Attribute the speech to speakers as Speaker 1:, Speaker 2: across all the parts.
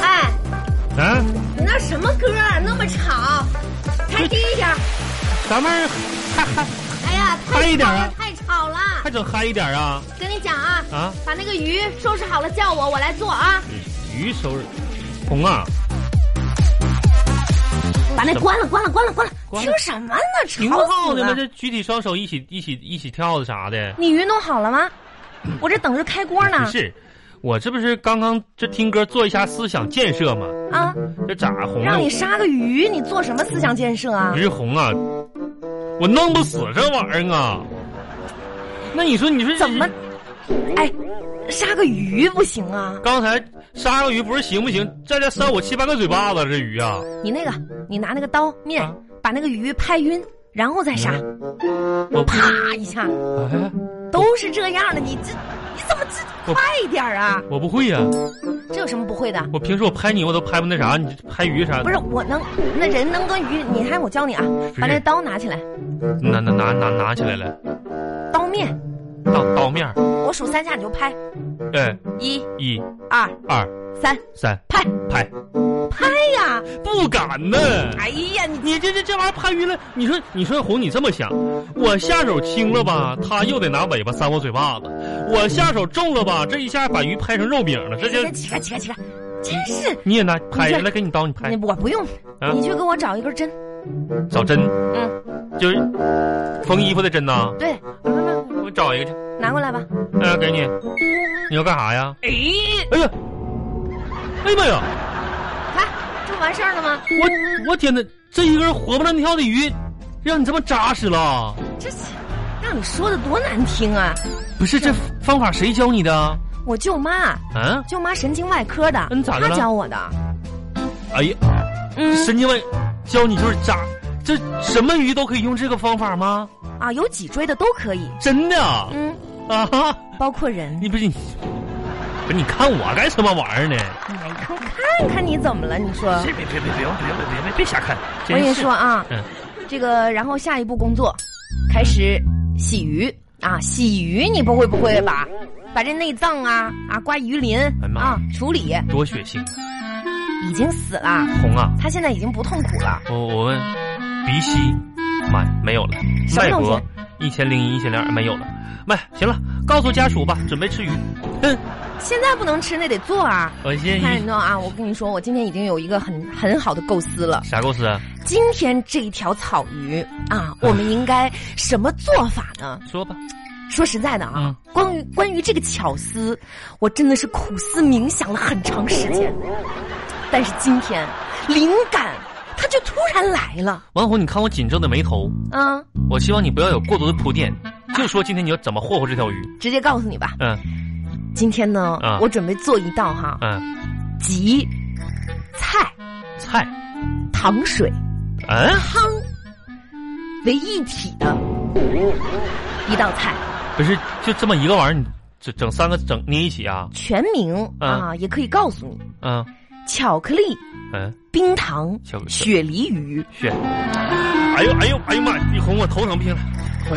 Speaker 1: 哎
Speaker 2: 啊
Speaker 1: 啊
Speaker 2: 咱们嗨嗨
Speaker 1: 哎呀，
Speaker 2: 嗨一
Speaker 1: 太
Speaker 2: 点
Speaker 1: 吵
Speaker 2: 啊
Speaker 1: 了，太吵了！
Speaker 2: 还整嗨一点啊
Speaker 1: 跟你讲啊，
Speaker 2: 啊！
Speaker 1: 把那个鱼收拾好了叫我，我来做啊！
Speaker 2: 鱼收拾，红啊，
Speaker 1: 把那关了，关了，关了，关了！
Speaker 2: 关了
Speaker 1: 听什么呢？吵
Speaker 2: 挺好
Speaker 1: 死
Speaker 2: 的嘛，
Speaker 1: 了！
Speaker 2: 这举起双手一起一起一起跳的啥的。
Speaker 1: 你鱼弄好了 吗？我这等着开锅
Speaker 2: 不
Speaker 1: 呢。
Speaker 2: 是，我这不是刚刚这听歌做一下思想建设吗？
Speaker 1: 啊，
Speaker 2: 这咋红了
Speaker 1: 让？你杀个鱼，你做什么思想建设啊
Speaker 2: 不？是红啊，我弄不死这玩意儿啊。那你说，你说这
Speaker 1: 怎么？哎，杀个鱼不行啊！
Speaker 2: 刚才杀个鱼不是行不行？在这扇我七八个嘴巴子，这鱼啊，
Speaker 1: 你那个，你拿那个刀面、
Speaker 2: 啊
Speaker 1: 把那个鱼拍晕，然后再杀，
Speaker 2: 我
Speaker 1: 啪一下，
Speaker 2: 哎，
Speaker 1: 都是这样的。你这你怎么这
Speaker 2: 我
Speaker 1: 快一点啊？
Speaker 2: 我不会呀、
Speaker 1: 这有什么不会的？
Speaker 2: 我平时我拍你我都拍不那
Speaker 1: 嗯
Speaker 2: 啥，你这拍鱼啥的？
Speaker 1: 不是我能，那人能跟鱼，你看我教你啊，
Speaker 2: 是
Speaker 1: 把那刀拿起来，
Speaker 2: 拿拿拿拿拿起来了，
Speaker 1: 刀面，
Speaker 2: 刀刀面儿，
Speaker 1: 我数三下你就拍，
Speaker 2: 哎，
Speaker 1: 一
Speaker 2: 一
Speaker 1: 二
Speaker 2: 二
Speaker 1: 三，
Speaker 2: 三，
Speaker 1: 拍
Speaker 2: 拍，
Speaker 1: 拍呀！
Speaker 2: 不敢呢。
Speaker 1: 哎呀，你
Speaker 2: 你这这这玩意儿拍晕了，你说你说红，你这么想，我下手轻了吧，他又得拿尾巴扇我嘴巴子；我下手重了吧，这一下把鱼拍成肉饼了，这就
Speaker 1: 这哎起来起来起来，真是，
Speaker 2: 你也拿拍
Speaker 1: 你这
Speaker 2: 来给你刀，你拍
Speaker 1: 你我不用，
Speaker 2: 啊
Speaker 1: 你去给我找一根针，
Speaker 2: 找针，
Speaker 1: 嗯，
Speaker 2: 就是缝衣服的针呐，
Speaker 1: 对，我说那
Speaker 2: 我找一个去，
Speaker 1: 拿过来吧。
Speaker 2: 哎、给你，你要干啥呀？
Speaker 1: 哎，
Speaker 2: 哎呀，哎呀妈呀！
Speaker 1: 哎看这不完事儿了吗？
Speaker 2: 我我天哪，这一根活蹦乱跳的鱼，让你这么扎实了？
Speaker 1: 这是让你说的多难听啊！
Speaker 2: 不是这方法谁教你的？
Speaker 1: 我舅妈，
Speaker 2: 啊？
Speaker 1: 舅妈神经外科的，
Speaker 2: 嗯咋的
Speaker 1: 她
Speaker 2: 了
Speaker 1: 教我的，
Speaker 2: 哎呀，
Speaker 1: 嗯
Speaker 2: 神经外教你就是扎，这什么鱼都可以用这个方法吗？
Speaker 1: 啊，有脊椎的都可以，
Speaker 2: 真的啊？
Speaker 1: 嗯，
Speaker 2: 啊哈！
Speaker 1: 包括人。
Speaker 2: 你不是你，不是你看我干什么玩意儿呢？
Speaker 1: 哎，看看看你怎么了？你说，
Speaker 2: 别别别别别别别别别瞎看！
Speaker 1: 啊我跟你说，啊，
Speaker 2: 嗯，
Speaker 1: 这个，然后下一步工作，开始洗鱼啊，洗鱼你不会不会吧？把这内脏啊啊刮鱼鳞
Speaker 2: 哎妈呀
Speaker 1: 啊处理，
Speaker 2: 多血腥！
Speaker 1: 已经死了，
Speaker 2: 红啊，
Speaker 1: 他现在已经不痛苦了。
Speaker 2: 我我问，鼻息，妈呀，没有了，
Speaker 1: 什么
Speaker 2: 脉
Speaker 1: 东西
Speaker 2: 搏一千零一、一千零二没有了，妈呀，行了，告诉家属吧，准备吃鱼。哼，
Speaker 1: 现在不能吃，那得做啊。
Speaker 2: 我先
Speaker 1: 看你弄啊，我跟你说，我今天已经有一个很很好的构思了。
Speaker 2: 啥构思啊？
Speaker 1: 今天这一条草鱼啊，
Speaker 2: 嗯
Speaker 1: 我们应该什么做法呢？
Speaker 2: 说吧，
Speaker 1: 说实在的啊，
Speaker 2: 嗯
Speaker 1: 关于关于这个巧思，我真的是苦思冥想了很长时间。但是今天灵感它就突然来了，
Speaker 2: 王红，你看我紧皱的眉头，
Speaker 1: 嗯，
Speaker 2: 我希望你不要有过多的铺垫，就说今天你要怎么霍霍这条鱼。
Speaker 1: 直接告诉你吧，
Speaker 2: 嗯
Speaker 1: 今天呢，
Speaker 2: 啊
Speaker 1: 我准备做一道哈
Speaker 2: 嗯，
Speaker 1: 集菜、
Speaker 2: 菜，
Speaker 1: 糖水、
Speaker 2: 嗯，
Speaker 1: 汤为一体的一道菜，
Speaker 2: 不是就这么一个玩意儿，你整整三个整捏一起啊？
Speaker 1: 全名啊也可以告诉你：
Speaker 2: 嗯
Speaker 1: 巧克力、
Speaker 2: 嗯，
Speaker 1: 冰糖
Speaker 2: 巧克、力
Speaker 1: 雪梨鱼。
Speaker 2: 血。哎呦哎呦哎呦妈！你红我头疼拼了，红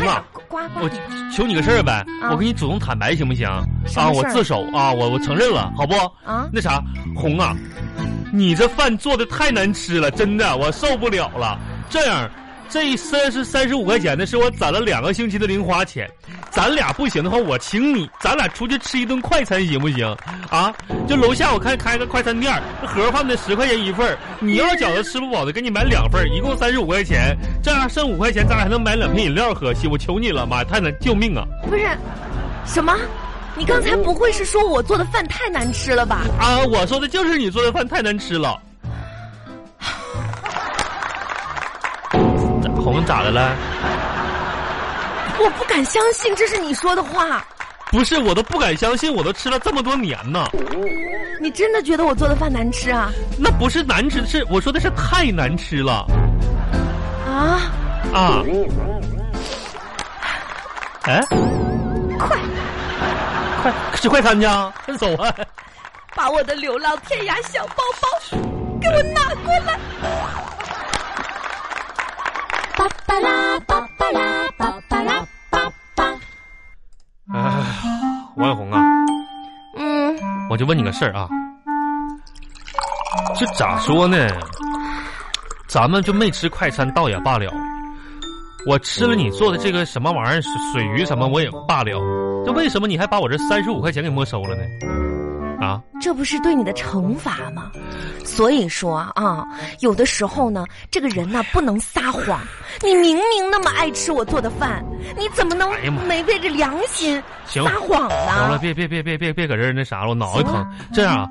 Speaker 1: 快点
Speaker 2: 啊！
Speaker 1: 哎呱呱
Speaker 2: 我求你个事儿呗，
Speaker 1: 啊
Speaker 2: 我跟你主动坦白行不行？
Speaker 1: 什
Speaker 2: 啊，
Speaker 1: 么
Speaker 2: 我
Speaker 1: 事儿
Speaker 2: 自首啊，我我承认了，好不？
Speaker 1: 啊！
Speaker 2: 那啥，红啊，你这饭做的太难吃了，真的，我受不了了。这样，这三十三十五块钱呢，是我攒了两个星期的零花钱。咱俩不行的话，我请你，咱俩出去吃一顿快餐行不行？啊，就楼下我看开个快餐店儿，那盒饭的十块钱一份儿你要饺子吃不饱的，给你买两份儿一共三十五块钱，这样剩五块钱，咱俩还能买两瓶饮料喝。我求你了，妈呀，太难，救命啊！
Speaker 1: 不是，什么？你刚才不会是说我做的饭太难吃了吧？
Speaker 2: 啊，我说的就是你做的饭太难吃了。咋红咋的了？
Speaker 1: 我不敢相信这是你说的话。
Speaker 2: 不是，我都不敢相信，我都吃了这么多年呢。
Speaker 1: 你真的觉得我做的饭难吃啊？
Speaker 2: 那不是难吃，是我说的是太难吃了
Speaker 1: 啊！
Speaker 2: 啊！哎，
Speaker 1: 快
Speaker 2: 快吃快餐去啊！快走啊！
Speaker 1: 把我的流浪天涯小包包给我拿过来！
Speaker 3: 巴巴拉巴巴拉巴巴拉巴巴。
Speaker 2: 哎，王小红啊，
Speaker 1: 嗯，
Speaker 2: 我就问你个事儿啊，这咋说呢？咱们就没吃快餐倒也罢了，我吃了你做的这个什么玩意儿水水鱼什么我也罢了，这为什么你还把我这三十五块钱给没收了呢？啊，
Speaker 1: 这不是对你的惩罚吗？所以说啊，有的时候呢，这个人呐、不能撒谎。你明明那么爱吃我做的饭，你怎么能
Speaker 2: 哎呀妈
Speaker 1: 违背着良心
Speaker 2: 行
Speaker 1: 撒谎
Speaker 2: 行了，
Speaker 1: 呢？
Speaker 2: 别别别别别别搁这儿那啥了，我脑袋
Speaker 1: 啊行
Speaker 2: 疼
Speaker 1: 了。
Speaker 2: 这样啊，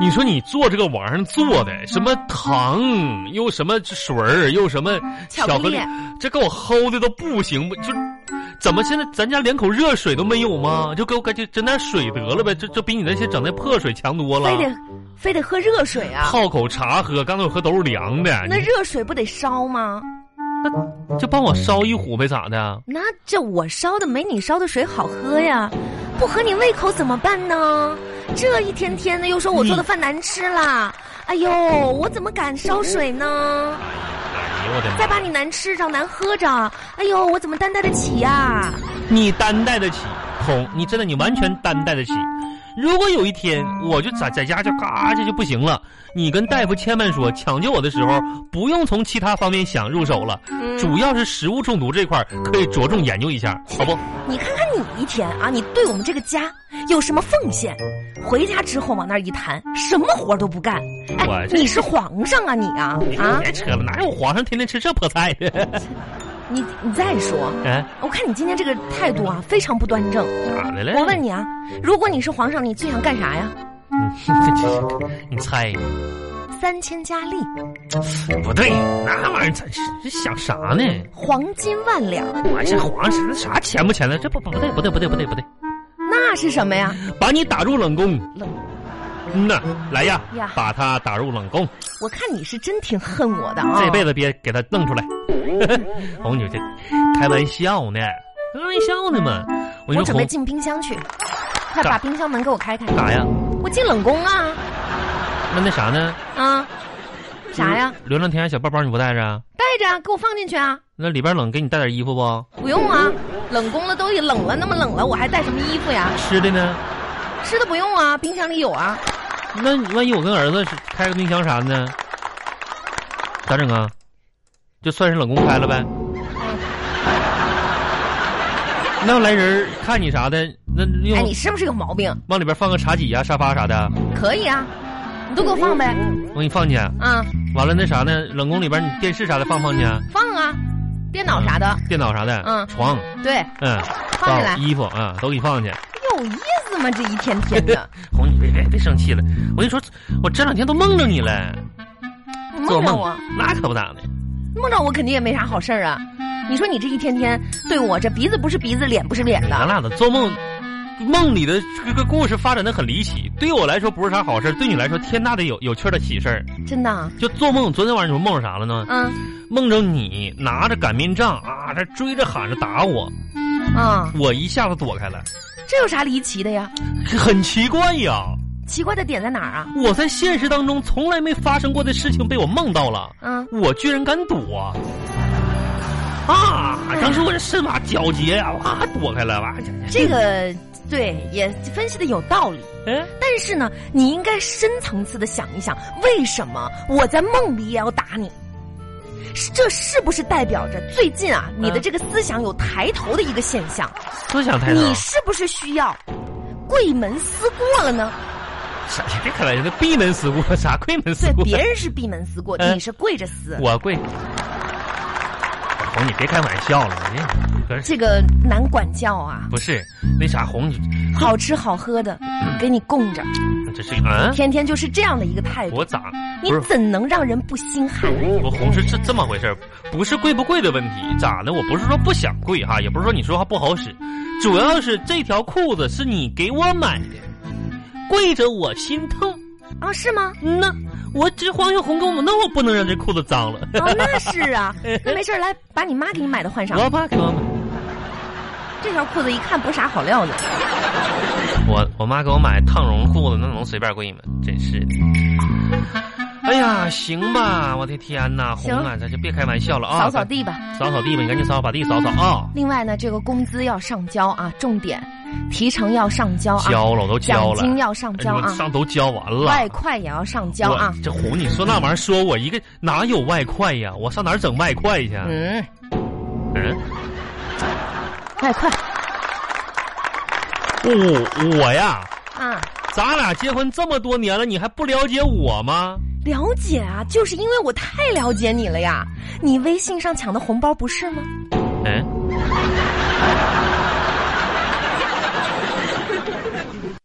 Speaker 2: 你说你做这个玩意儿做的什么糖，又什么水儿，又什么
Speaker 1: 巧
Speaker 2: 巧
Speaker 1: 克
Speaker 2: 克
Speaker 1: 力
Speaker 2: 力，这给我齁的都不行，不就怎么现在咱家连口热水都没有吗？就给我赶紧整点水得了呗，这这比你那些整那破水强多了
Speaker 1: 非。得非得喝热水啊？
Speaker 2: 泡口茶喝，刚才我喝都是凉的，
Speaker 1: 那
Speaker 2: 你
Speaker 1: 热水不得烧吗？
Speaker 2: 就帮我烧一壶呗，咋的？啊
Speaker 1: 那这我烧的没你烧的水好喝呀，不合你胃口怎么办呢？这一天天的又说我
Speaker 2: 嗯
Speaker 1: 做的饭难吃啦，哎呦，我怎么敢烧水呢？
Speaker 2: 哎呦我的妈！
Speaker 1: 再把你难吃着、难喝着，哎呦，我怎么担待得起呀、
Speaker 2: 你担待得起，空，你真的你完全担待得起。如果有一天我就在在家就嘎这就不行了，你跟大夫千万说，抢救我的时候不用从其他方面想入手了，
Speaker 1: 嗯
Speaker 2: 主要是食物中毒这块儿可以着重研究一下，好不？
Speaker 1: 你看看你一天啊，你对我们这个家有什么奉献？回家之后往那儿一瘫，什么活都不干。哎
Speaker 2: 我，这
Speaker 1: 你是皇上啊你啊 啊！
Speaker 2: 别扯了，哪有皇上天天吃这破菜？
Speaker 1: 你你再说，
Speaker 2: 哎，
Speaker 1: 我看你今天这个态度啊，非常不端正。
Speaker 2: 咋的了？
Speaker 1: 我问你啊，如果你是皇上，你最想干啥呀？
Speaker 2: 你， 你猜？
Speaker 1: 三千佳丽，
Speaker 2: 不对，那玩意儿咱是这想啥呢？
Speaker 1: 黄金万两，
Speaker 2: 我这皇上啥钱不钱的？这不不对不对不对不对不对，
Speaker 1: 那是什么呀？
Speaker 2: 把你打入冷宫。
Speaker 1: 冷，
Speaker 2: 嗯呐，来呀
Speaker 1: 呀，
Speaker 2: 把他打入冷宫，
Speaker 1: 我看你是真挺恨我的啊！
Speaker 2: 这辈子别给他弄出来。
Speaker 1: 嗯
Speaker 2: 红姐这开玩笑呢，开玩笑呢嘛。
Speaker 1: 我
Speaker 2: 我跟你
Speaker 1: 准
Speaker 2: 说
Speaker 1: 备
Speaker 2: 红，
Speaker 1: 进冰箱去，快
Speaker 2: 干
Speaker 1: 把冰箱门给我开开。
Speaker 2: 啥呀？
Speaker 1: 我进冷宫啊
Speaker 2: 那那啥呢？
Speaker 1: 啊！啥呀？
Speaker 2: 流浪天涯小包包你不带着啊？
Speaker 1: 带着啊，给我放进去啊！
Speaker 2: 那里边冷，给你带点衣服不？
Speaker 1: 不用啊，冷宫了都冷了，那么冷了，我还带什么衣服呀？
Speaker 2: 吃的呢？
Speaker 1: 吃的不用啊，冰箱里有啊。
Speaker 2: 那你万一我跟儿子是开个冰箱啥的呢？咋整啊？就算是冷宫开了呗。那要来人儿看你啥的，那用
Speaker 1: 哎，你是不是有毛病？
Speaker 2: 往里边放个茶几呀、沙发啥的，
Speaker 1: 可以啊，你都给我放呗
Speaker 2: 我给你放去。
Speaker 1: 啊，
Speaker 2: 完了那啥呢？冷宫里边你电视啥的放放去，
Speaker 1: 放啊，电脑啥的，
Speaker 2: 电脑啥的，
Speaker 1: 嗯
Speaker 2: 床，
Speaker 1: 对，
Speaker 2: 嗯，
Speaker 1: 放进来
Speaker 2: 包衣服啊、都给你放去。
Speaker 1: 有意思吗？这一天天 的，
Speaker 2: 红，你别别别生气了，我跟你说，我这两天都梦着你了，
Speaker 1: 你
Speaker 2: 做
Speaker 1: 梦着
Speaker 2: 梦
Speaker 1: 我，，
Speaker 2: 那可不咋的。
Speaker 1: 梦着我肯定也没啥好事儿啊。你说你这一天天对我这鼻子不是鼻子，脸不是脸
Speaker 2: 咱
Speaker 1: 的，
Speaker 2: 俩的做梦，梦里的这个故事发展的很离奇，对我来说不是啥好事儿，对你来说天大的有有趣儿的喜事儿。
Speaker 1: 真的啊，
Speaker 2: 就做梦，昨天晚上你们梦着啥了呢？
Speaker 1: 嗯
Speaker 2: 梦着你拿着擀面杖啊，这追着喊着打我，
Speaker 1: 啊，
Speaker 2: 我一下子躲开了，
Speaker 1: 这有啥离奇的呀？
Speaker 2: 很奇怪呀。
Speaker 1: 奇怪的点在哪儿啊？
Speaker 2: 我在现实当中从来没发生过的事情被我梦到了，
Speaker 1: 嗯，
Speaker 2: 我居然敢躲！啊，当时我这身马皎洁呀，哇，躲开了，哇，
Speaker 1: 这个对也分析的有道理。
Speaker 2: 哎，
Speaker 1: 但是呢，你应该深层次的想一想，为什么我在梦里也要打你？是这是不是代表着最近啊，你的
Speaker 2: 嗯
Speaker 1: 这个思想有抬头的一个现象？
Speaker 2: 思想太
Speaker 1: 你
Speaker 2: 大。
Speaker 1: 是不是需要贵门思过了呢？
Speaker 2: 啥呀？别开玩笑，那闭门思过，啥贵门思
Speaker 1: 对，
Speaker 2: 过？
Speaker 1: 别人是闭门思过，
Speaker 2: 嗯
Speaker 1: 你是跪着思。
Speaker 2: 我跪。红，你别开玩笑了，你可是
Speaker 1: 这个难管教啊，
Speaker 2: 不是那啥红？你
Speaker 1: 好吃好喝的给你供着，
Speaker 2: 这是啊？
Speaker 1: 天天就是这样的一个态度，
Speaker 2: 我咋
Speaker 1: 你
Speaker 2: 不是？
Speaker 1: 怎能让人不心寒？
Speaker 2: 我红是这这么回事儿不是贵不贵的问题，咋的？我不是说不想贵哈，也不是说你说话不好使，主要是这条裤子是你给我买的，贵着我心痛。
Speaker 1: 啊？是吗？
Speaker 2: 嗯呐，我这黄小红跟我，那我不能让这裤子 脏了。
Speaker 1: 啊，那是 啊，那没事儿来把你妈给你买的换上。
Speaker 2: 我爸给我买，
Speaker 1: 这条裤子一看不是啥好料的。
Speaker 2: 我我妈给我买烫绒裤子，那能随便贵吗？真是的。哎呀，行吧，我的天呐，红啊，咱就别开玩笑了啊！
Speaker 1: 扫扫地吧。
Speaker 2: 扫扫地吧，你赶紧扫，把地扫扫啊！
Speaker 1: 另外呢，这个工资要上交啊，重点，提成要上交啊，
Speaker 2: 交了，我都交
Speaker 1: 奖
Speaker 2: 了，
Speaker 1: 金要上交
Speaker 2: 哎你
Speaker 1: 啊
Speaker 2: 们，上头交完了。
Speaker 1: 外快也要上交啊。
Speaker 2: 我这红，你说那玩意儿，说我一个哪有外快呀？我上哪儿整外快去？啊
Speaker 1: 嗯，
Speaker 2: 嗯，
Speaker 1: 快快
Speaker 2: 我我呀，
Speaker 1: 啊！
Speaker 2: 咱俩结婚这么多年了，你还不了解我吗？
Speaker 1: 了解啊，就是因为我太了解你了呀！你微信上抢的红包不是吗？
Speaker 2: 嗯，